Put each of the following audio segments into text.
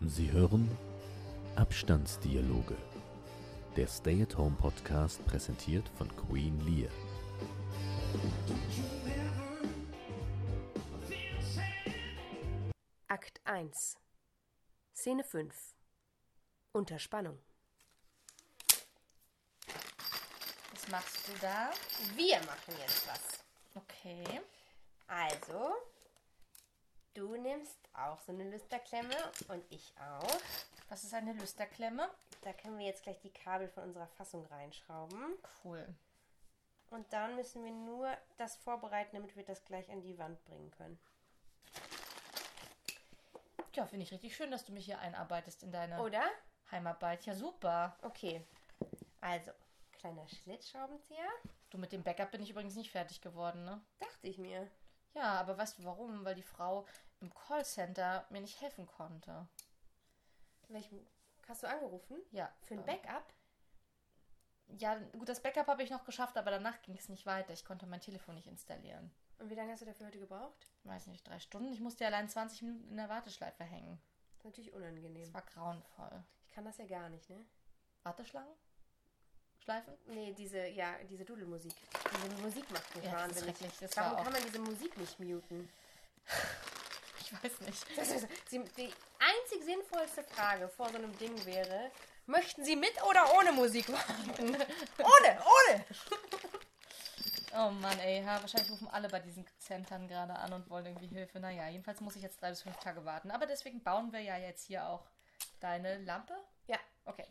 Sie hören Abstandsdialoge. Der Stay-at-Home-Podcast präsentiert von Queen Lear. Akt 1 Szene 5 Unter Spannung Was machst du da? Wir machen jetzt was. Okay. Also, du nimmst auch so eine Lüsterklemme und ich auch. Was ist eine Lüsterklemme? Da können wir jetzt gleich die Kabel von unserer Fassung reinschrauben. Cool. Und dann müssen wir nur das vorbereiten, damit wir das gleich an die Wand bringen können. Ja, finde ich richtig schön, dass du mich hier einarbeitest in deine Oder? Heimarbeit. Ja, super. Okay. Also, kleiner Schlitzschraubenzieher. Du mit dem Backup bin ich übrigens nicht fertig geworden, ne? Dachte ich mir. Ja, aber weißt du warum? Weil die Frau im Callcenter mir nicht helfen konnte. Welchen hast du angerufen? Ja. Für ein ähm, Backup? Ja, gut, das Backup habe ich noch geschafft, aber danach ging es nicht weiter. Ich konnte mein Telefon nicht installieren. Und wie lange hast du dafür heute gebraucht? Weiß nicht, drei Stunden. Ich musste allein 20 Minuten in der Warteschleife hängen. Das ist natürlich Das unangenehm. war grauenvoll. Ich kann das ja gar nicht, ne? Warteschlangen? Schleifen? Nee, diese, ja, diese Dudelmusik. Diese Musik macht mich Ja, das ist wahnsinnig. schrecklich. Das war Warum auch- kann man diese Musik nicht muten? Ich weiß nicht. Das ist, sie, die einzig sinnvollste Frage vor so einem Ding wäre, möchten Sie mit oder ohne Musik warten? ohne, ohne! Oh Mann, ey, ja, wahrscheinlich rufen alle bei diesen Centern gerade an und wollen irgendwie Hilfe. Naja, jedenfalls muss ich jetzt drei bis fünf Tage warten. Aber deswegen bauen wir ja jetzt hier auch deine Lampe. Ja, Okay.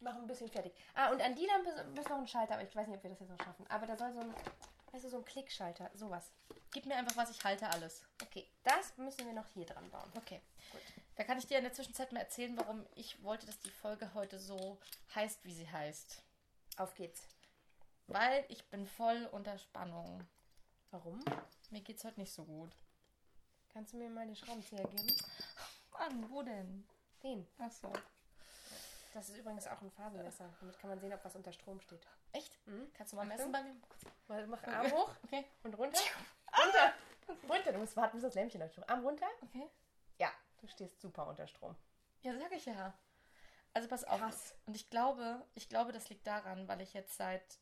mach ein bisschen fertig. Ah, und an die Lampe ist- ist noch ein Schalter, aber ich weiß nicht, ob wir das jetzt noch schaffen. Aber da soll so ein, weißt du, so ein Klickschalter, sowas. Gib mir einfach was, ich halte alles. Okay, das müssen wir noch hier dran bauen. Okay. Da kann ich dir in der Zwischenzeit mal erzählen, warum ich wollte, dass die Folge heute so heißt, wie sie heißt. Auf geht's. Weil ich bin voll unter Spannung. Warum? Mir geht's heute nicht so gut. Kannst du mir mal den Schraubenzieher geben? Mann, wo denn? Den. Ach so. Das ist übrigens auch ein Phasenmesser. Damit kann man sehen, ob was unter Strom steht. Echt? Mhm. Kannst du mal Achtung. messen bei mir? Mal, mach Arm hoch Okay. und runter. Runter! Runter, du musst warten, bis das Lämpchen läuft. Arm runter. Okay. Ja, du stehst super unter Strom. Ja, sag ich ja. Also pass auf. Krass. Und ich glaube, ich glaube, das liegt daran, weil ich jetzt seit.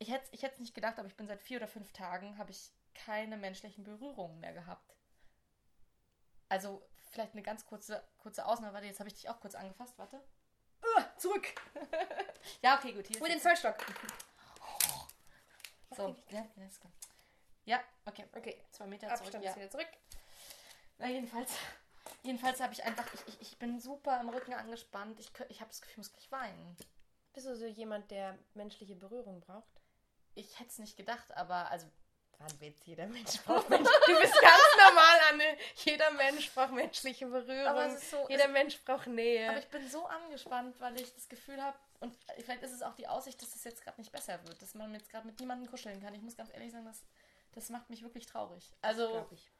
Ich hätte es ich hätt's nicht gedacht, aber ich bin seit vier oder fünf Tagen, habe ich keine menschlichen Berührungen mehr gehabt. Also, vielleicht eine ganz kurze, kurze Ausnahme. Warte, jetzt habe ich dich auch kurz angefasst. Warte. Zurück! Ja, okay, gut. Hier ist Hol den jetzt- Zollstock! so. Ja, ja, ist gut. ja, okay. Okay, Zwei Meter zurück. Abstand ja. ist wieder zurück. Na, jedenfalls. Jedenfalls habe ich einfach. Ich, ich, ich bin super im Rücken angespannt. Ich, kö- ich habe das Gefühl, ich muss gleich weinen. Bist du so jemand, der menschliche Berührung braucht? Ich hätte es nicht gedacht, aber also Wann wird's jeder Mensch braucht Mensch? Du bist ganz normal, Anne. Jeder Mensch braucht menschliche Berührung. Aber es ist so- jeder es- Mensch braucht Nähe. Aber ich bin so angespannt, weil ich das Gefühl habe, und vielleicht ist es auch die Aussicht, dass es jetzt gerade nicht besser wird, dass man jetzt gerade mit niemandem kuscheln kann. Ich muss ganz ehrlich sagen, das, das macht mich wirklich traurig. Also, Glaub ich.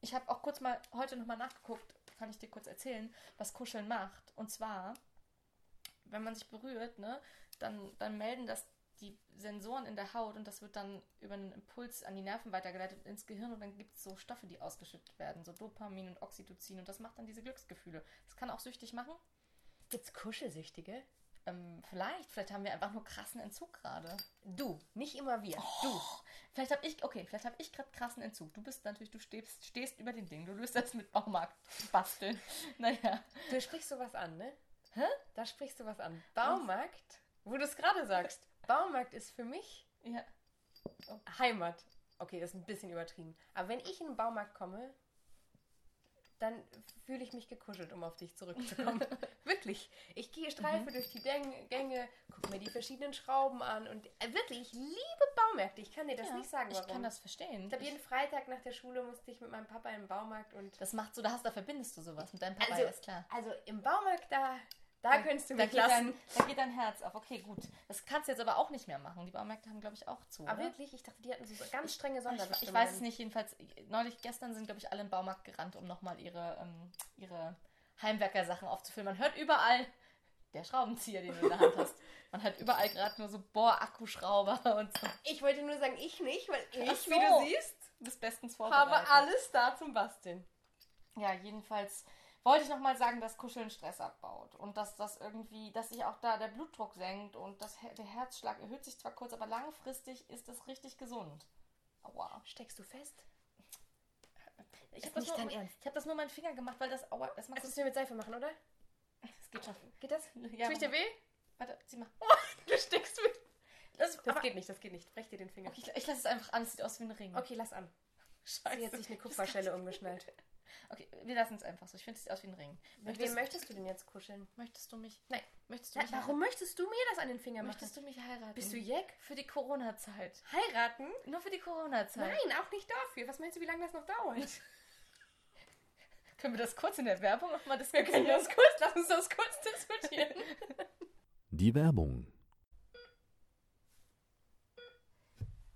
ich habe auch kurz mal heute nochmal nachgeguckt, kann ich dir kurz erzählen, was Kuscheln macht. Und zwar, wenn man sich berührt, ne, dann, dann melden das die Sensoren in der Haut und das wird dann über einen Impuls an die Nerven weitergeleitet und ins Gehirn und dann gibt es so Stoffe, die ausgeschüttet werden, so Dopamin und Oxytocin und das macht dann diese Glücksgefühle. Das kann auch süchtig machen. Gibt's Kuschelsüchtige? Ähm, vielleicht, vielleicht haben wir einfach nur krassen Entzug gerade. Du, nicht immer wir. Du. Vielleicht habe ich, okay, vielleicht habe ich gerade krassen Entzug. Du bist natürlich, du stehst, stehst über den Ding. Du löst das mit Baumarkt basteln. Naja. Du sprichst sowas an, ne? Hä? Da sprichst du was an. Baumarkt, wo du es gerade sagst. Baumarkt ist für mich Ja. Heimat. Okay, das ist ein bisschen übertrieben. Aber wenn ich in den Baumarkt komme, dann fühle ich mich gekuschelt, um auf dich zurückzukommen. wirklich. Ich gehe Mhm. streife durch die Däng- Gänge, gucke mir die verschiedenen Schrauben an und äh, wirklich, ich liebe Baumärkte. Ich kann dir das ja, nicht sagen, warum. Ich kann das verstehen. ich glaube, jeden Freitag nach der Schule musste ich mit meinem Papa in den Baumarkt und das macht so, da hast, da verbindest du sowas mit deinem Papa, Also, ja, ist klar. Also im Baumarkt da, da könntest du mich geht lassen. Dein, da geht dein Herz auf. Okay, gut. Das kannst du jetzt aber auch nicht mehr machen. Die Baumärkte haben, glaube ich, auch zu. Aber oder? Ah, wirklich, ich dachte, die hatten so ganz strenge Ich, Sonderbestimmungen. ich weiß es nicht, jedenfalls, neulich gestern sind, glaube ich, alle im Baumarkt gerannt, um nochmal ihre, ähm, ihre Heimwerker-Sachen aufzufüllen. Man hört überall, der Schraubenzieher, den du in der Hand hast, man hört überall gerade nur so Bohr-Akkuschrauber und so. Ich wollte nur sagen, ich nicht, weil ich, Ach so. wie du siehst, Du bist bestens habe vorbereitet. alles da zum Basteln. Ja, jedenfalls wollte ich nochmal sagen, dass Kuscheln Stress abbaut und dass das irgendwie, dass sich auch da der Blutdruck senkt und das, Her- der Herzschlag erhöht sich zwar kurz, aber langfristig ist das richtig gesund. Aua. Steckst du fest? Ich Ist habe das, nicht nur- dein Ernst. ich hab das nur meinen Finger gemacht, weil das aua, das macht Das müssen wir mit Seife machen, oder? Das Also, geht schon. Geht das? Ja, Tue ich dir weh? warte, zieh mal. Du steckst mich. Das, Das aber, geht nicht, das geht nicht. Brech dir den Finger. Okay, ich, ich lasse es einfach an, es sieht aus wie ein Ring. Okay, lass an. Scheiße. Sie hat sich eine Kupferstelle umgeschnallt. Okay, wir lassen es einfach so. Ich finde, es sieht aus wie ein Ring. Mit Möchtest, wem möchtest du denn jetzt kuscheln? möchtest du mich? Nein. Möchtest du Ja, mich? warum möchtest du mir das an den Finger heiraten? machen? Möchtest du mich heiraten? Bist du Jack? für die Corona-Zeit? Heiraten? Nur für die Corona-Zeit. Nein, auch nicht dafür. Was meinst du, wie lange das noch dauert? Können wir das kurz in der Werbung nochmal Wir diskutieren? können das kurz, lass uns das kurz diskutieren. Die Werbung.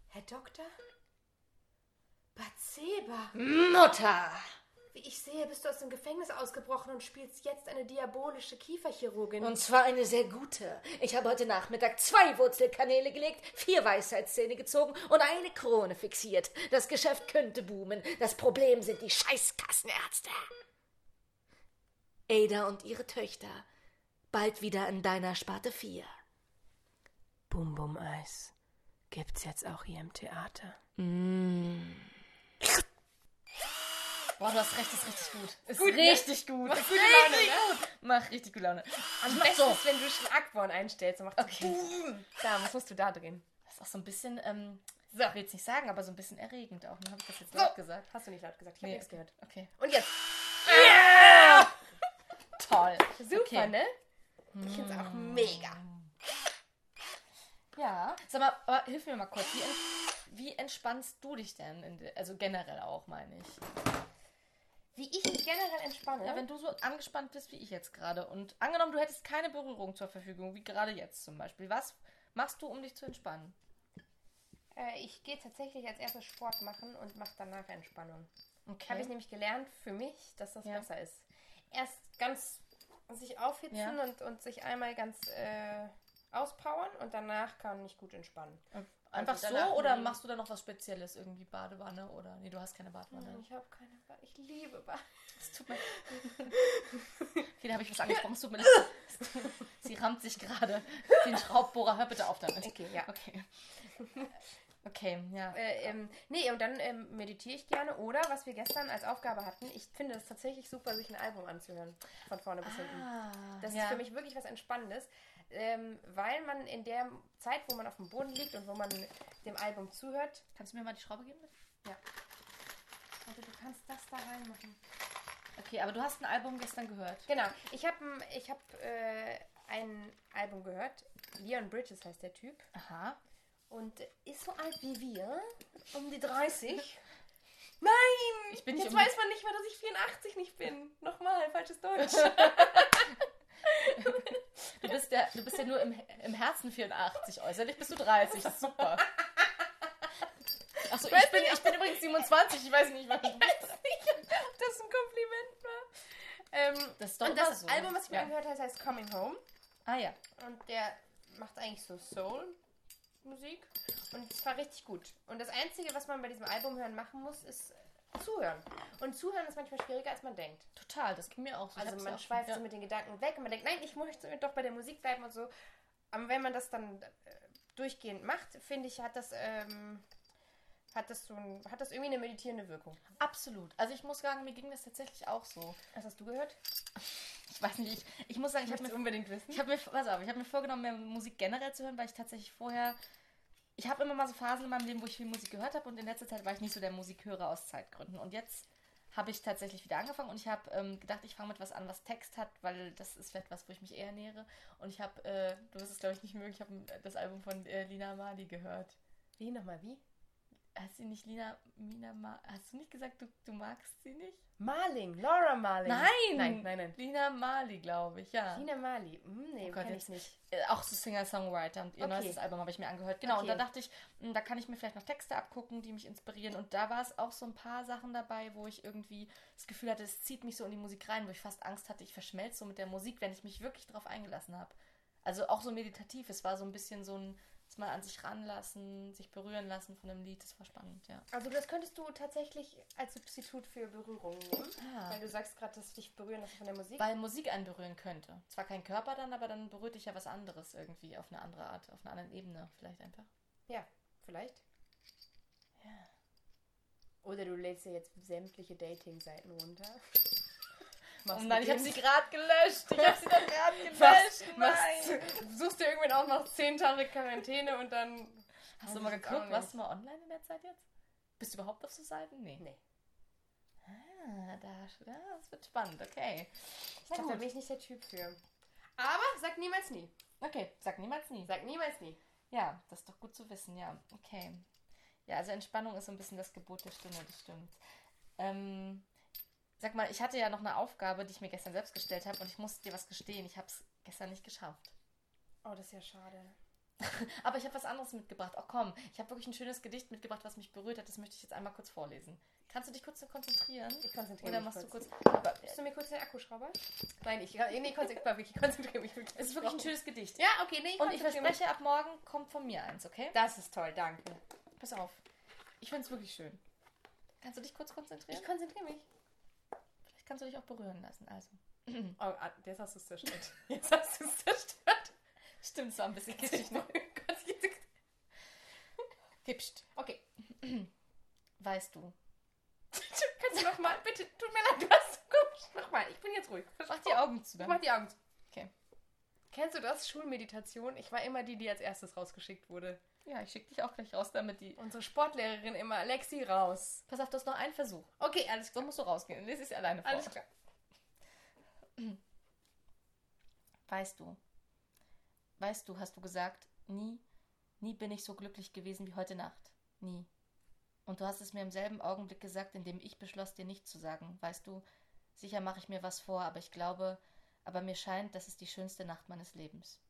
Herr Doktor? Batseba, Mutter! wie ich sehe, bist du aus dem Gefängnis ausgebrochen und spielst jetzt eine diabolische Kieferchirurgin. Und zwar eine sehr gute. Ich habe heute Nachmittag zwei Wurzelkanäle gelegt, vier Weisheitszähne gezogen und eine Krone fixiert. Das Geschäft könnte boomen. Das Problem sind die Scheißkassenärzte. Ada und ihre Töchter. Bald wieder in deiner Sparte 4. Bum Bum Eis gibt's jetzt auch hier im Theater. Boah, du hast recht, das ist richtig gut. Ist gut, ne? richtig gut. Mach gute Laune, Mach richtig gute Laune. Am mach besten so. ist, wenn du schon Aquaborn einstellst, dann macht okay. Da, was musst du da drehen? Das ist auch so ein bisschen, ähm, so. ich will es nicht sagen, aber so ein bisschen erregend auch. Ne? Habe ich das jetzt So. laut gesagt? Hast du nicht laut gesagt, ich habe Nee. nichts gehört. Okay. Und jetzt, Toll. super, okay. ne? Ich find's auch mega. Ja. Sag mal, aber hilf mir mal kurz. Wie, ents- wie entspannst du dich denn? In, de- also generell auch, meine ich. Wie ich mich generell entspanne. Ja, wenn du so angespannt bist wie ich jetzt gerade und angenommen, du hättest keine Berührung zur Verfügung, wie gerade jetzt zum Beispiel, was machst du, um dich zu entspannen? äh, ich gehe tatsächlich als erstes Sport machen und mache danach Entspannung. Okay. Habe ich nämlich gelernt für mich, dass das Ja. besser ist. Erst ganz sich aufhitzen Ja. und, und sich einmal ganz äh, auspowern und danach kann ich gut entspannen. Einfach Also danach so oder nie. machst du da noch was Spezielles, irgendwie Badewanne oder? Nee, du hast keine Badewanne. Ich habe keine Wahl. Ich liebe Wahl. Es tut mir. okay, da habe ich was angesprochen. Es tut mir leid. Sie rammt sich gerade. Den Schraubbohrer, hör bitte auf damit. Okay, ja. Okay. Okay, ja. Äh, ähm, nee, und dann ähm, meditiere ich gerne. Oder was wir gestern als Aufgabe hatten, ich finde es tatsächlich super, sich ein Album anzuhören. Von vorne bis hinten. ah, Das ja. ist für mich wirklich was Entspannendes, ähm, weil man in der Zeit, wo man auf dem Boden liegt und wo man dem Album zuhört, Kannst du mir mal die Schraube geben? bitte? also du kannst das da reinmachen. Okay, aber du hast ein Album gestern gehört. Genau, ich habe ich hab, äh, ein Album gehört, Leon Bridges heißt der Typ Aha. und ist so alt wie wir, um die 30. Nein! Ich bin nicht Jetzt um- weiß man nicht mehr, dass ich 84 nicht bin. Nochmal, falsches Deutsch. Du bist ja, du bist ja nur im, im Herzen 84, äußerlich bist du 30. Super. Achso, ich bin, ich bin übrigens 27, ich weiß nicht, was ich bin. Ob das ein Kompliment war. Ähm, Das ist doch und das immer so. Album, was ich mir Ja. angehört habe, heißt Coming Home. Ah ja. Und der macht eigentlich so Soul-Musik. Und es war richtig gut. Und das Einzige, was man bei diesem Album hören machen muss, ist zuhören. Und zuhören ist manchmal schwieriger, als man denkt. Total, das ging mir auch so. Ich Also hab's man auch- schweift ja. so mit den Gedanken weg und man denkt, nein, ich möchte doch bei der Musik bleiben und so. Aber wenn man das dann äh, durchgehend macht, finde ich, hat das, ähm, hat, das so ein, hat das irgendwie eine meditierende Wirkung. Absolut. Also ich muss sagen, mir ging das tatsächlich auch so. Was hast du gehört? Ich weiß nicht, ich, ich muss sagen, ich habe mir, unbedingt wissen. ich hab mir, pass auf, ich habe mir vorgenommen, mehr Musik generell zu hören, weil ich tatsächlich vorher, ich habe immer mal so Phasen in meinem Leben, wo ich viel Musik gehört habe und in letzter Zeit war ich nicht so der Musikhörer aus Zeitgründen. Und jetzt habe ich tatsächlich wieder angefangen und ich habe ähm, gedacht, ich fange mit was an, was Text hat, weil das ist vielleicht was, wo ich mich eher nähere. Und ich habe, äh, du wirst es glaube ich nicht mögen, ich habe äh, das Album von äh, Lina Mali gehört. Wie nochmal, wie? Hast du nicht Lina, Mina, Ma, hast du nicht gesagt, du, du magst sie nicht? Marling, Laura Marling. Nein! Nein, Ah. nein, nein. Lina Mali, glaube ich, ja. Tina Mali. Hm, nee, Oh Gott, kenn jetzt- ich nicht. Äh, Auch so Singer-Songwriter und ihr Okay. neuestes Album habe ich mir angehört. Genau, und da Okay. dachte ich, mh, da kann ich mir vielleicht noch Texte abgucken, die mich inspirieren. Und da war es auch so ein paar Sachen dabei, wo ich irgendwie das Gefühl hatte, es zieht mich so in die Musik rein, wo ich fast Angst hatte, ich verschmelze so mit der Musik, wenn ich mich wirklich drauf eingelassen habe. Also auch so meditativ. Es war so ein bisschen so ein es mal an sich ranlassen, sich berühren lassen von dem Lied, das war spannend, ja. Also das könntest du tatsächlich als Substitut für Berührung nehmen. Ah. Weil du sagst gerade, dass dich berühren das von der Musik. Weil Musik einen berühren könnte. Zwar kein Körper dann, aber dann berührt dich ja was anderes irgendwie auf eine andere Art, auf einer anderen Ebene vielleicht einfach. ja, vielleicht. Oder du lädst dir jetzt sämtliche Dating-Seiten runter. Oh Machst nein, mit ich habe dem- sie gerade gelöscht. Ich habe sie doch gerade machst, gelöscht. Nein. machst, suchst dir irgendwann aus, machst zehn Tage Quarantäne und dann. Hast du Weiß mal ich jetzt auch geguckt, nicht. warst du mal online in der Zeit jetzt? Bist du überhaupt auf so Seiten? Nee. Nee. Ah, da, ja, das wird spannend, okay. Ich glaube, da gut. bin ich nicht der Typ für. Aber sag niemals nie. Okay, sag niemals nie. Sag niemals nie. Ja, das ist doch gut zu wissen, ja. Okay. Ja, also Entspannung ist so ein bisschen das Gebot der Stunde, das stimmt. Ähm, sag mal, ich hatte ja noch eine Aufgabe, die ich mir gestern selbst gestellt habe und ich musste dir was gestehen. Ich habe es gestern nicht geschafft. Oh, das ist ja schade. Aber ich habe was anderes mitgebracht. Ach komm, ich habe wirklich ein schönes Gedicht mitgebracht, was mich berührt hat. Das möchte ich jetzt einmal kurz vorlesen. Kannst du dich kurz so konzentrieren? Ich konzentriere Oder mich machst kurz. du kurz. Aber, Gibst du mir kurz den Akkuschrauber? Nein, ich, äh, nee, konzentri bei Vicky, konzentriere mich wirklich. es ist wirklich ein schönes Gedicht. Ja, okay, nee, ich Und ich konzentriere mich. verspreche, ab morgen kommt von mir eins, okay? Das ist toll, danke. Pass auf. Ich finde es wirklich schön. Kannst du dich kurz konzentrieren? Ich konzentriere mich. Vielleicht kannst du dich auch berühren lassen. Also. Oh, ah, jetzt hast du es zerstört. Jetzt hast du es zerstört. Stimmt, so ein bisschen kitschig, ne? Gibst. Okay, Weißt du. kannst du nochmal, bitte, tut mir leid, du hast komisch. Nochmal, ich bin jetzt ruhig. Mach die Augen Ich zu. Dann. mach die Augen zu. Okay. Kennst du das? Schulmeditation? Ich war immer die, die als erstes rausgeschickt wurde. Ja, ich schicke dich auch gleich raus, damit die. Unsere Sportlehrerin immer, Alexi, raus. Pass auf, du hast noch einen Versuch. Okay, alles So musst du rausgehen. Lies es alleine vor. Alles klar. Weißt du. Weißt du, hast du gesagt, nie, nie bin ich so glücklich gewesen wie heute Nacht. Nie. Und du hast es mir im selben Augenblick gesagt, in dem ich beschloss, dir nicht zu sagen. Weißt du, sicher mache ich mir was vor, aber ich glaube, aber mir scheint, das ist die schönste Nacht meines Lebens.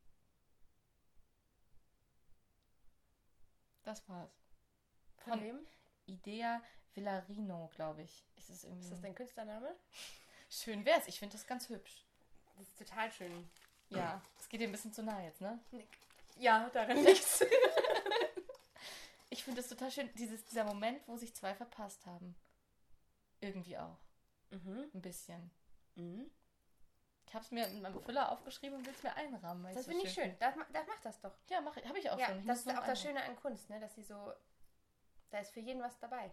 Das war's. Von wem? Idea Villarino, glaube ich. Ist es irgendwie. Ist das dein Künstlername? schön wär's. Ich finde das ganz hübsch. Das ist total schön. Ja, es geht dir ein bisschen zu nah jetzt, ne? Ja, darin nichts. Ich finde das total schön, dieses, dieser Moment, wo sich zwei verpasst haben. Irgendwie auch. Mhm. Ein bisschen. Ich habe es mir in meinem Füller aufgeschrieben und will es mir einrahmen. weil Das so finde ich schön. Das, ma- das macht das doch. Ja, mach ich. Habe ich auch ja, schon. Ich das muss ist nur auch das einrahmen. Schöne an Kunst, ne? dass sie so. Da ist für jeden was dabei.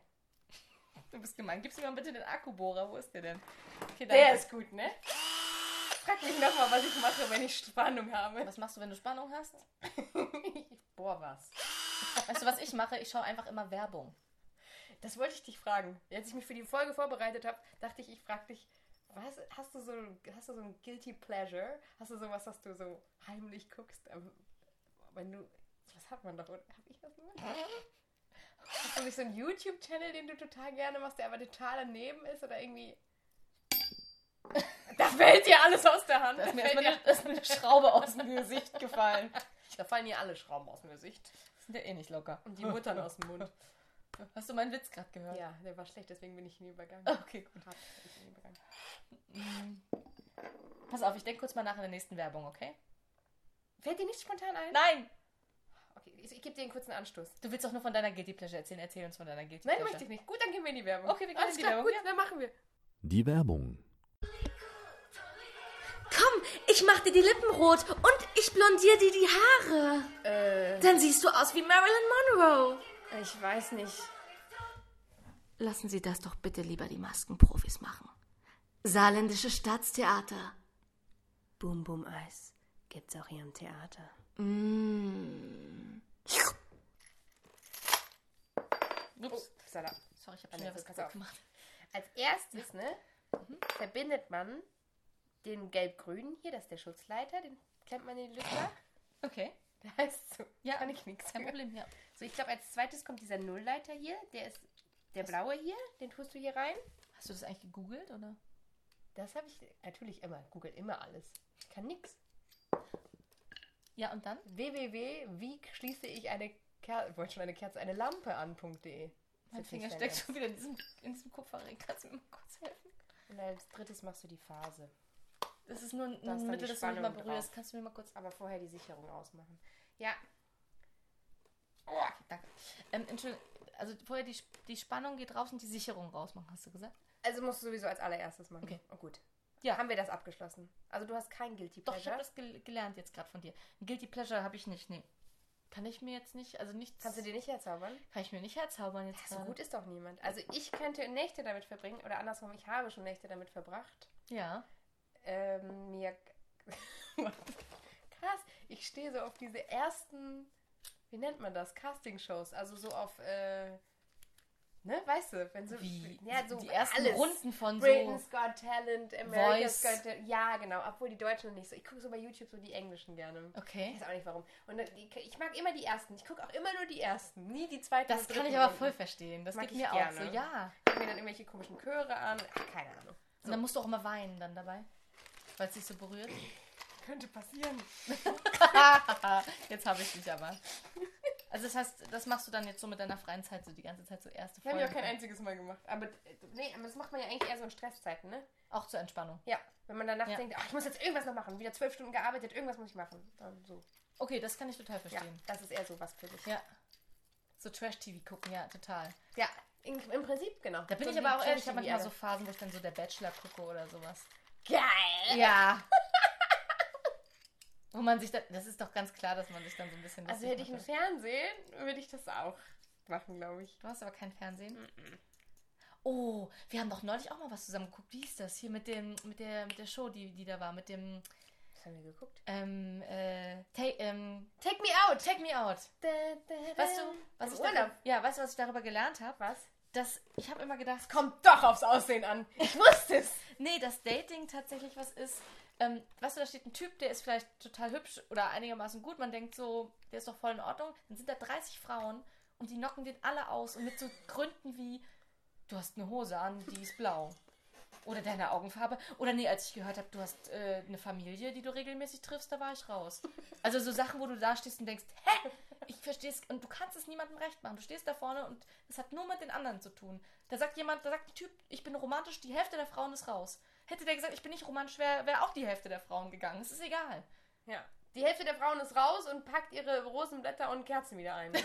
Du bist gemein. Gibst du mir mal bitte den Akkubohrer. Wo ist der denn? Okay, Der danke. ist gut, ne? Frag mich nochmal, was ich mache, wenn ich Spannung habe. Was machst du, wenn du Spannung hast? Ich bohr was. Weißt du, was ich mache? Ich schaue einfach immer Werbung. Das wollte ich dich fragen. Als ich mich für die Folge vorbereitet habe, dachte ich, ich frage dich, was hast du so, hast du so ein guilty pleasure? Hast du sowas, was du so heimlich guckst? Ähm, Wenn du, was hat man doch? Oder habe ich das nur? Hast du nicht so einen YouTube-Channel, den du total gerne machst, der aber total daneben ist oder irgendwie? Da fällt dir alles aus der Hand. Da ist mir fällt erstmal dir- eine, da ist mir eine Schraube aus dem Gesicht gefallen. da fallen dir alle Schrauben aus dem Gesicht Sind ja eh nicht locker. und die Muttern aus dem Mund. Hast du meinen Witz gerade gehört? Ja, der war schlecht, deswegen bin ich ihn übergangen. Okay, gut. Hab ich ihn übergangen. Pass auf, ich denke kurz mal nach in der nächsten Werbung, okay? Fällt dir nicht spontan ein? Nein! Okay, ich, ich gebe dir einen kurzen Anstoß. Du willst doch nur von deiner Guilty Pleasure erzählen. Erzähl uns von deiner Guilty Nein, Pleasure. möchte ich nicht. Gut, dann gehen wir in die Werbung. Okay, wir gehen Alles in die klar, Werbung, Gut, dann machen wir. Die Werbung. Komm, ich mach dir die Lippen rot und ich blondiere dir die Haare. Dann siehst du aus wie Marilyn Monroe. Ich weiß nicht. Lassen Sie das doch bitte lieber die Maskenprofis machen. Saarländische Staatstheater. Boom Boom Eis gibt's auch hier im Theater. Mm. Oh, Ups. Salat. Sorry, ich habe Ah, schon nee, wieder was pass kaputt auf. gemacht. Oh, Als erstes, ne, verbindet man den gelb-grünen hier, das ist der Schutzleiter, den klemmt man in die Lüfter. Okay, Der heißt so. Ja, Kann ich nichts. kein Problem, ja. So, ich glaube, als zweites kommt dieser Nullleiter hier, der ist der blaue hier, den tust du hier rein. Hast du das eigentlich gegoogelt, oder? Das habe ich natürlich immer. Google immer alles. Ich kann nix. Ja, und dann? www. Wie schließe ich eine Kerze, wollte schon eine Kerze, eine Lampe an.de. Mein Finger steckt schon wieder in diesem, in diesem Kupferring. Kannst du mir mal kurz helfen? Und als drittes machst du die Phase. Das ist nur ein Da ist dann Mittel, die das du mich mal Spannung berührst. drauf. Kannst du mir mal kurz... Aber vorher die Sicherung ausmachen. Ja. Oh, Okay, danke. Ähm, Entschuldigung, also vorher die, Sp- die Spannung geht raus und die Sicherung rausmachen, hast du gesagt? Also musst du sowieso als allererstes machen. Okay. Oh, gut. Ja. Haben wir das abgeschlossen? Also du hast kein Guilty Doch, ich habe Pleasure. das gel gelernt jetzt gerade von dir. Ein Guilty Pleasure habe ich nicht, nee. Kann ich mir jetzt nicht, also nichts. Kannst du dir nicht herzaubern? Kann ich mir nicht herzaubern jetzt Ja, so gerade. gut ist doch niemand. Also ich könnte Nächte damit verbringen, oder andersrum, ich habe schon Nächte damit verbracht. Ja. Ähm, mir... Krass, ich stehe so auf diese ersten, wie nennt man das, Castingshows. Also so auf, äh, ne, weißt du, wenn so... Wie? Ja, so die ersten alles. Runden von so. Britain's Got Talent, America's Voice. Got Talent. Ja, genau, obwohl die Deutschen nicht so. Ich gucke so bei YouTube so die Englischen gerne. Ich Okay. weiß auch nicht warum. Und dann, die- ich mag immer die ersten. Ich gucke auch immer nur die ersten. Nie die zweiten. Das und kann dritten ich aber Runden. voll verstehen. Das Mag geht ich mir auch gerne. so, ja. Ich guck mir dann irgendwelche komischen Chöre an. Ach, keine Ahnung. Und dann musst du auch immer weinen dann dabei. Weil es dich so berührt. Könnte passieren. jetzt habe ich dich aber. Also das heißt, das machst du dann jetzt so mit deiner freien Zeit so die ganze Zeit so erste Das habe Folge. ich auch kein einziges Mal gemacht. Aber äh, nee, aber das macht man ja eigentlich eher so in Stresszeiten, ne? Auch zur Entspannung. Ja. Wenn man danach Ja. denkt, ach, ich muss jetzt irgendwas noch machen. Wieder zwölf Stunden gearbeitet, irgendwas muss ich machen. Dann so. Okay, das kann ich total Ja, verstehen. das ist eher so was für mich. Ja. So Trash-TV gucken, ja, total. Ja, in, im Prinzip, genau. Da bin So ich wie aber auch ehrlich, ich Trash-TV habe manchmal alle. so Phasen, wo ich dann so der Bachelor gucke oder sowas. geil. Ja. Wo man sich dann, das ist doch ganz klar, dass man sich dann so ein bisschen. Also lustig hätte ich ein macht. Fernsehen, würde ich das auch machen, glaube ich. Du hast aber kein Fernsehen. Oh, wir haben doch neulich auch mal was zusammen geguckt. Wie hieß das hier mit dem, mit der, mit der Show, die, die da war, mit dem Was haben wir geguckt? ähm, äh, take, ähm, Take me out. Take Me Out. Weißt du, was Ähm, Im ich Urlaub. darüber, ja, weißt du, was ich darüber gelernt habe? Was? Dass ich habe immer gedacht, Kommt doch aufs Aussehen an. Ich wusste es. Nee, dass Dating tatsächlich was ist. Ähm, weißt du, da steht ein Typ, der ist vielleicht total hübsch oder einigermaßen gut. Man denkt so, der ist doch voll in Ordnung. Dann sind da 30 Frauen und die knocken den alle aus und mit so Gründen wie, du hast eine Hose an, die ist blau. Oder deine Augenfarbe. Oder nee, als ich gehört habe, du hast äh, eine Familie, die du regelmäßig triffst, da war ich raus. Also so Sachen, wo du da stehst und denkst, hä? Ich verstehe es. Und du kannst es niemandem recht machen. Du stehst da vorne und es hat nur mit den anderen zu tun. Da sagt jemand, da sagt ein Typ, ich bin romantisch, die Hälfte der Frauen ist raus. Hätte der gesagt, ich bin nicht romantisch, wäre wär auch die Hälfte der Frauen gegangen. Es ist egal. Ja. Die Hälfte der Frauen ist raus und packt ihre Rosenblätter und Kerzen wieder ein. Ne?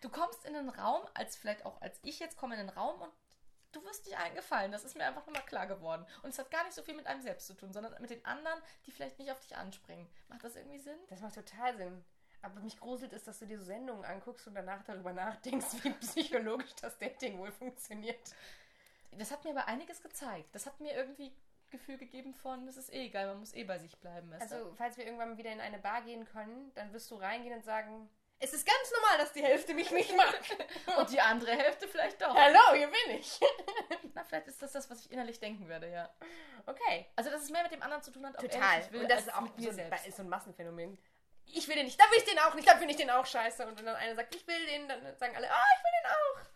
Du kommst in den Raum, als vielleicht auch als ich jetzt komme in den Raum und du wirst nicht eingefallen. Das ist mir einfach nochmal klar geworden. Und es hat gar nicht so viel mit einem selbst zu tun, sondern mit den anderen, die vielleicht nicht auf dich anspringen. Macht das irgendwie Sinn? das macht total Sinn. Aber mich gruselt es, dass du dir so Sendungen anguckst und danach darüber nachdenkst, wie psychologisch das Dating wohl funktioniert. Das hat mir aber einiges gezeigt. Das hat mir irgendwie ein Gefühl gegeben von, es ist eh egal, man muss eh bei sich bleiben. weißt du? Also, falls wir irgendwann wieder in eine Bar gehen können, dann wirst du reingehen und sagen, es ist ganz normal, dass die Hälfte mich nicht mag. und die andere Hälfte vielleicht doch. Hallo, hier bin ich. Na, vielleicht ist das das, was ich innerlich denken werde, ja. Okay. Also, dass es mehr mit dem anderen zu tun hat, ob er Total. nicht will, und das als ist also auch mit mir so, ein- selbst. ist so ein Massenphänomen. Ich will den nicht, dann will ich den auch nicht, dann finde ich den auch scheiße. Und wenn dann einer sagt, ich will den, dann sagen alle, ah, ich will den auch.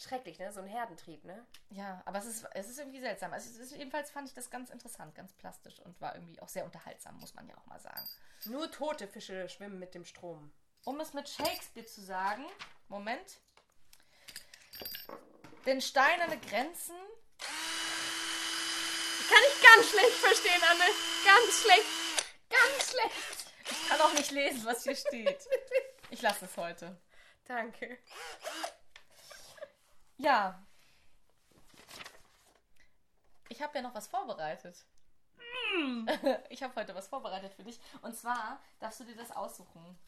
Schrecklich, ne? So ein Herdentrieb, ne? Ja, aber es ist, es ist irgendwie seltsam. Also, es ist, jedenfalls fand ich das ganz interessant, ganz plastisch und war irgendwie auch sehr unterhaltsam, muss man ja auch mal sagen. Nur tote Fische schwimmen mit dem Strom. Um es mit Shakespeare zu sagen, Moment. Denn steinerne Grenzen Kann ich ganz schlecht verstehen, Anne. Ganz schlecht. Ganz schlecht. kann auch nicht lesen, was hier steht. Ich lasse es heute. Danke. Ja. Ich habe ja noch was vorbereitet. Mm. Ich habe heute was vorbereitet für dich. Und zwar darfst du dir das aussuchen.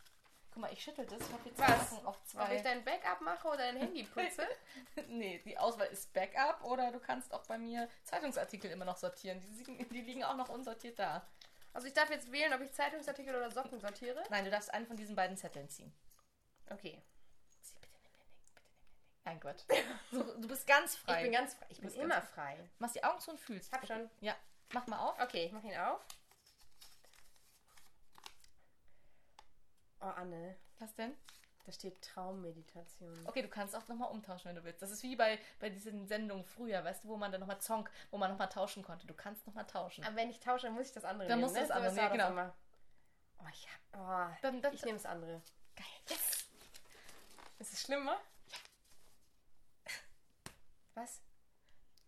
Guck mal, ich schüttel das. Ich habe jetzt Was? Sachen auf Ob ich zwei. dein Backup mache oder dein Handy putze? Nee, die Auswahl ist Backup oder du kannst auch bei mir Zeitungsartikel immer noch sortieren. Die, liegen- die liegen auch noch unsortiert da. Also ich darf jetzt wählen, ob ich Zeitungsartikel oder Socken sortiere. Nein, du darfst einen von diesen beiden Zetteln ziehen. Okay. Zieh bitte nimm den linken, bitte nimm den linken. Nein, Gott. So, du bist ganz frei. Ich bin ganz frei. Ich bin bist ganz immer frei. Machst die Augen zu und fühlst. Hab schon. Ja, mach mal auf. Okay, ich mach ihn auf. Oh, Anne, Was denn? da steht Traummeditation. Okay, du kannst auch nochmal umtauschen, wenn du willst. Das ist wie bei, bei diesen Sendungen früher, weißt du, wo man dann nochmal Zonk, wo man nochmal tauschen konnte. Du kannst nochmal tauschen. Aber wenn ich tausche, dann muss ich das andere Dann nehmen. ne? musst du das So andere ist auch nehmen, genau. immer. Oh, ich hab. Oh, Dann- dann- ich nehme das andere. Geil. Yes. Ist es schlimmer? Was?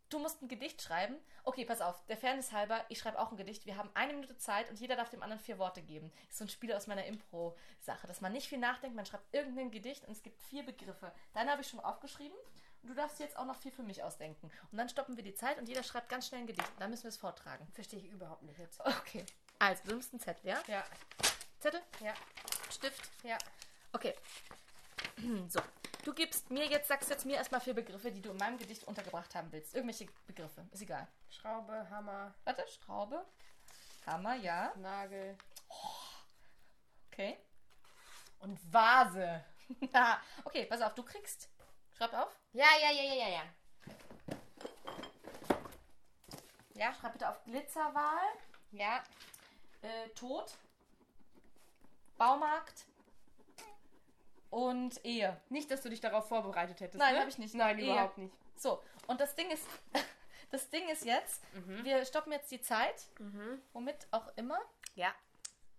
du musst ein Gedicht schreiben. Okay, pass auf, der Fairness halber, ich schreibe auch ein Gedicht. Wir haben eine Minute Zeit und jeder darf dem anderen vier Worte geben. Ist so ein Spiel aus meiner Impro-Sache, dass man nicht viel nachdenkt, man schreibt irgendein Gedicht und es gibt vier Begriffe. Deine habe ich schon aufgeschrieben und du darfst jetzt auch noch vier für mich ausdenken. Und dann stoppen wir die Zeit und jeder schreibt ganz schnell ein Gedicht. Und dann müssen wir es vortragen. Verstehe ich überhaupt nicht jetzt. Okay. Also, du nimmst einen Zettel, ja? Ja, Zettel, ja, Stift. ja. Okay. So. Du gibst mir jetzt, sagst jetzt mir erstmal vier Begriffe, die du in meinem Gedicht untergebracht haben willst. Irgendwelche Begriffe. Ist egal. Schraube, Hammer, Warte, Schraube. Hammer, ja. Nagel Okay. und Vase. Ah, okay, pass auf, du kriegst. Schreib auf. Ja, ja, ja, ja, ja, ja. Ja, schreib bitte auf Glitzerwahl. Ja. Äh, Tod. Baumarkt. Und Ehe. Nicht, dass du dich darauf vorbereitet hättest. Nein, ne? habe ich nicht. Nein, Eher. überhaupt nicht. So, und das Ding ist, das Ding ist jetzt, wir stoppen jetzt die Zeit, womit auch immer, Ja.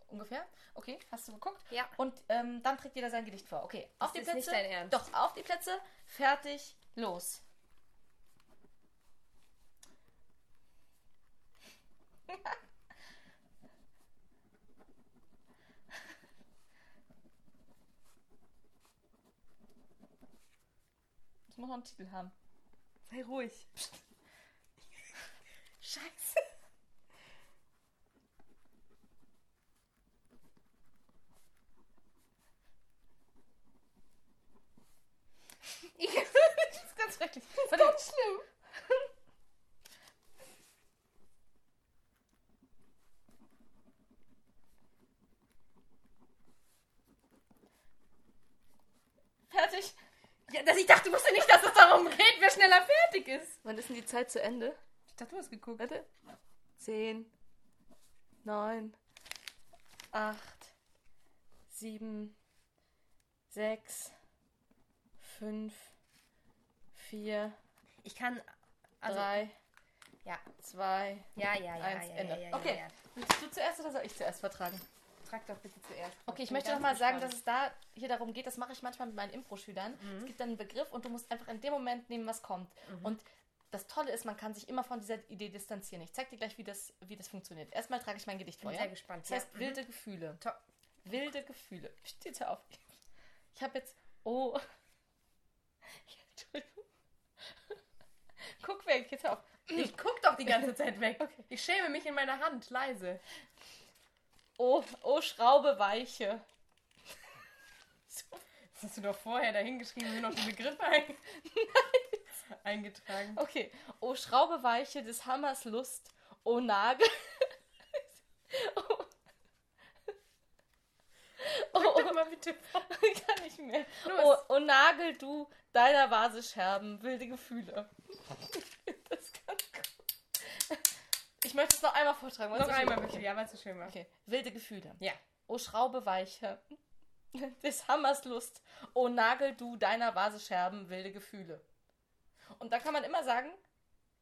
ungefähr. Okay, hast du geguckt? Ja. Und ähm, dann trägt jeder sein Gedicht vor. Okay, auf Das die ist Plätze. nicht dein Ernst. Doch, auf die Plätze, fertig, los. Ich muss noch einen Titel haben. Sei ruhig. Scheiße. das ist ganz schrecklich. Warte. ganz schlimm. Fertig. Ja, dass ich dachte, du wusstest nicht, dass es darum geht, wer schneller fertig ist. Wann ist denn die Zeit zu Ende? Ich dachte, du hast geguckt. Warte. 10, 9, 8, 7, 6, 5, 4, Ich kann. Also, 3, Ja, 2, ja, ja, ja. 1, ja, Ende. Ja, ja, okay. Ja, ja. Willst du zuerst oder soll ich zuerst vertragen? Trag doch bitte zuerst. Okay, ich bin möchte ganz nochmal sagen, dass gespannt. es da hier darum geht, das mache ich manchmal mit meinen Impro-Schülern. Es gibt dann einen Begriff und du musst einfach in dem Moment nehmen, was kommt. Und das Tolle ist, man kann sich immer von dieser Idee distanzieren. Ich zeig dir gleich, wie das, wie das funktioniert. Erstmal trage ich mein Gedicht vor. Bin ja? sehr gespannt. Das heißt ja. mhm. wilde Gefühle. Top. Wilde Gefühle. Steht da auf. Ich habe jetzt. Oh. Ja, Entschuldigung. Guck weg, jetzt hör auf. Ich guck doch die ganze Zeit weg. Ich schäme mich in meiner Hand, leise. Oh, oh, Schraube weiche. Das hast du doch vorher dahingeschrieben, mir noch die Begriffe ein eingetragen. Okay. Oh, Schraube weiche des Hammers Lust. Oh, Nagel. Oh, oh, Guck mal bitte. ich kann nicht mehr. Los. Oh, oh, Nagel, du deiner Vase Scherben. Wilde Gefühle. Das kann ich möchte es noch einmal vortragen. weil es Noch so schön- einmal Okay. bitte, ja, weil es so schön war. Okay, wilde Gefühle. Ja. O Schraube weiche, des Hammers Lust, o Nagel du deiner Vase Scherben, wilde Gefühle. Und da kann man immer sagen,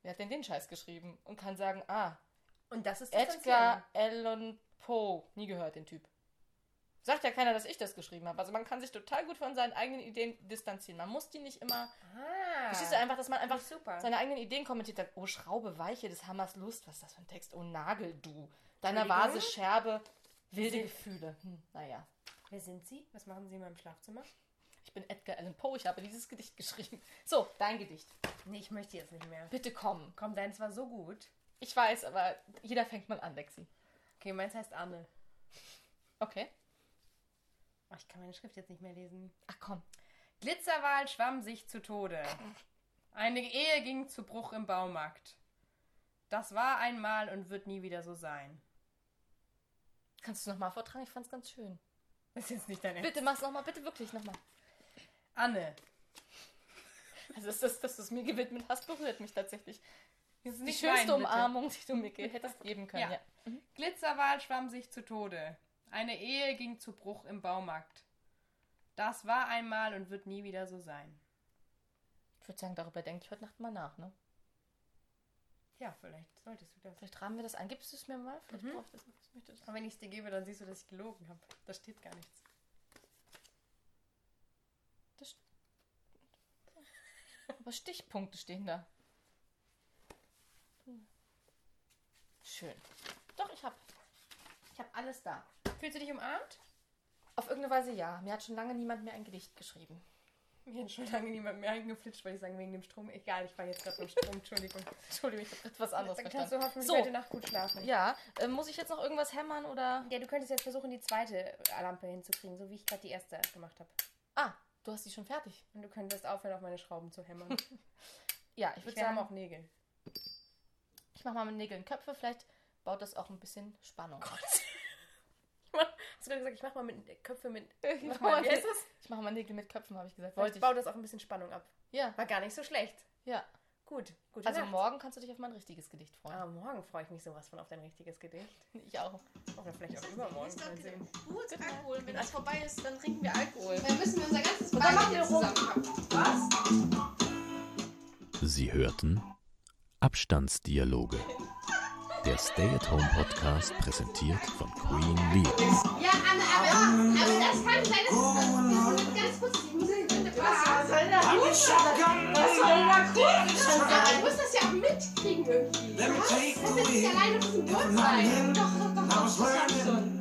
wer hat denn den Scheiß geschrieben? Und kann sagen, ah, Und das ist Edgar Allan Poe, nie gehört den Typ. Sagt ja keiner, dass ich das geschrieben habe. Also man kann sich total gut von seinen eigenen Ideen distanzieren. Man muss die nicht immer. Ah. Verstehst du einfach, dass man einfach super. seine eigenen Ideen kommentiert hat. Oh Schraube weiche des Hammers Lust, was ist das für ein Text? Oh Nagel du, deiner Entschuldigung? Vase Scherbe, wilde Sie- Gefühle. Hm, naja. Wer sind Sie? Was machen Sie in meinem Schlafzimmer? Ich bin Edgar Allan Poe, ich habe dieses Gedicht geschrieben. So, dein Gedicht. Nee, ich möchte jetzt nicht mehr. Bitte komm. Komm, deins war so gut. Ich weiß, aber jeder fängt mal an, Lexi. Okay, meins heißt Anne. Okay. Oh, ich kann meine Schrift jetzt nicht mehr lesen. Ach komm. Glitzerwal schwamm sich zu Tode. Eine Ehe ging zu Bruch im Baumarkt. Das war einmal und wird nie wieder so sein. Kannst du nochmal vortragen? Ich fand's ganz schön. Das ist jetzt nicht dein Ernst. Bitte mach's nochmal, bitte wirklich nochmal. Anne. Also ist das, dass du es mir gewidmet hast, berührt mich tatsächlich. Das ist Die nicht schönste mein, bitte. Umarmung, die du mir ge- hättest geben können. Ja. Ja. Glitzerwal schwamm sich zu Tode. Eine Ehe ging zu Bruch im Baumarkt. Das war einmal und wird nie wieder so sein. Ich würde sagen, darüber denke ich heute Nacht mal nach, ne? Ja, vielleicht solltest du das. Vielleicht rahmen wir das an. Gibst du es mir mal? Vielleicht Mhm. brauche ich das. Ich möchte das. Aber wenn ich es dir gebe, dann siehst du, dass ich gelogen habe. Da steht gar nichts. das. Aber Stichpunkte stehen da. Hm. Schön. Doch, ich hab, ich hab alles da. Fühlst du dich umarmt? Auf irgendeine Weise ja. Mir hat schon lange niemand mehr ein Gedicht geschrieben. Mir hat schon lange niemand mehr eingeflitscht, weil ich sagen, wegen dem Strom. Egal, ich war jetzt gerade im Strom. Entschuldigung. Entschuldigung, ich hab etwas anderes Dann kannst verstanden. du hoffentlich So. heute Nacht gut schlafen. Ja, äh, muss ich jetzt noch irgendwas hämmern oder... Ja, du könntest jetzt versuchen, die zweite Lampe hinzukriegen, so wie ich gerade die erste gemacht habe. Ah, du hast die schon fertig. Und du könntest aufhören, auf meine Schrauben zu hämmern. Ja, ich Ich würde wir haben sagen, auch Nägel. ich mache mal mit Nägeln Köpfe. Vielleicht baut das auch ein bisschen Spannung. auf. Hast du gerade gesagt, ich mache mal mit Köpfe mit. Ich mach mal, mache wie heißt das? Ich mache mal Nägel mit Köpfen, habe ich gesagt. Wollte ich Wollte ich. baue das auch ein bisschen Spannung ab. Ja, War gar nicht so schlecht. ja. Gut, gut. Also morgen kannst du dich auf mein richtiges Gedicht freuen. Ah, morgen freue ich mich sowas von auf dein richtiges Gedicht. Ich auch. Oder vielleicht auch übermorgen. Mal sehen. Gut, Alkohol. Wenn das vorbei ist, dann trinken wir Alkohol. Cool. Dann müssen wir unser ganzes Bein hier zusammenpacken. Was? Sie hörten Abstandsdialoge. Der Stay-at-Home-Podcast präsentiert von Queen Lee. Ja, Anne, aber, aber das kann sein, dass wir sind ganz kurz. Ich muss in die Was soll da Was soll da Ja, du musst das ja auch mitkriegen irgendwie. Let me Was? take Das wird nicht away alleine auf diesem Boot every now and sein. then. Doch, doch, doch. I was das sag ich learning. schon.